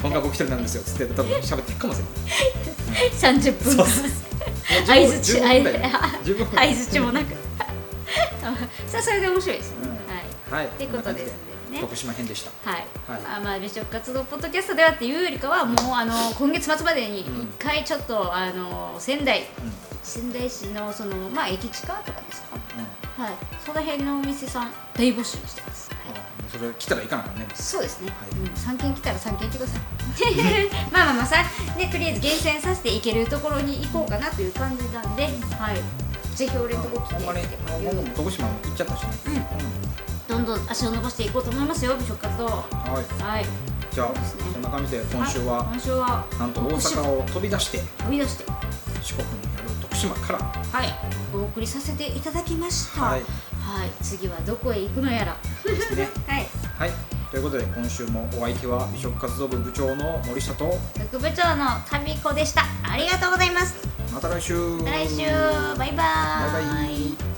[SPEAKER 1] 今回僕一人なんですよつって多分喋ってるかもしれない
[SPEAKER 2] 30分
[SPEAKER 1] そう
[SPEAKER 2] 間
[SPEAKER 1] そう
[SPEAKER 2] 相づち
[SPEAKER 1] 10分ぐらい
[SPEAKER 2] 相
[SPEAKER 1] 10分ぐらい
[SPEAKER 2] づちもなくさあそれで面白いですね、
[SPEAKER 1] うん
[SPEAKER 2] はい
[SPEAKER 1] はい、
[SPEAKER 2] てことですんでね
[SPEAKER 1] 徳島編でした。
[SPEAKER 2] はい、
[SPEAKER 1] はい
[SPEAKER 2] まあまあ美食活動ポッドキャストではっていうよりかはもうあの今月末までに一
[SPEAKER 1] うん
[SPEAKER 2] 回ちょっと、あの仙台
[SPEAKER 1] うん、うん、
[SPEAKER 2] 仙台市のそのまあ駅近とかですかはいその辺のお店さん大募集してます、はい
[SPEAKER 1] あそれ来たらいかなあかんね。
[SPEAKER 2] そうですね、
[SPEAKER 1] はい
[SPEAKER 2] うん、3件来たら3件来てください まあまあまあさ、ね、とりあえず厳選させていけるところに行こうかなという感じなんで、
[SPEAKER 1] ん
[SPEAKER 2] はいぜひ俺のとこ
[SPEAKER 1] ほ
[SPEAKER 2] 来て
[SPEAKER 1] んま
[SPEAKER 2] っ
[SPEAKER 1] に
[SPEAKER 2] てこうい
[SPEAKER 1] 僕
[SPEAKER 2] う
[SPEAKER 1] も徳島も行っちゃったしね
[SPEAKER 2] うんどんどん足を伸ばしていこうと思いますよ美食家とは
[SPEAKER 1] うんはい
[SPEAKER 2] い
[SPEAKER 1] じゃあ
[SPEAKER 2] ですね
[SPEAKER 1] そんな感じで今週
[SPEAKER 2] い
[SPEAKER 1] は
[SPEAKER 2] 今週は
[SPEAKER 1] なんと大阪を飛び出して
[SPEAKER 2] 飛び出して
[SPEAKER 1] 四国にある徳島から
[SPEAKER 2] はいお送りさせていただきました
[SPEAKER 1] はい
[SPEAKER 2] はい、次はどこへ行くのやら
[SPEAKER 1] ですね
[SPEAKER 2] はい
[SPEAKER 1] はいということで今週もお相手は美食活動部部長の森下と
[SPEAKER 2] 副部長のタミコでしたありがとうございます
[SPEAKER 1] また来週
[SPEAKER 2] 来週バイバ
[SPEAKER 1] バイバイ
[SPEAKER 2] イ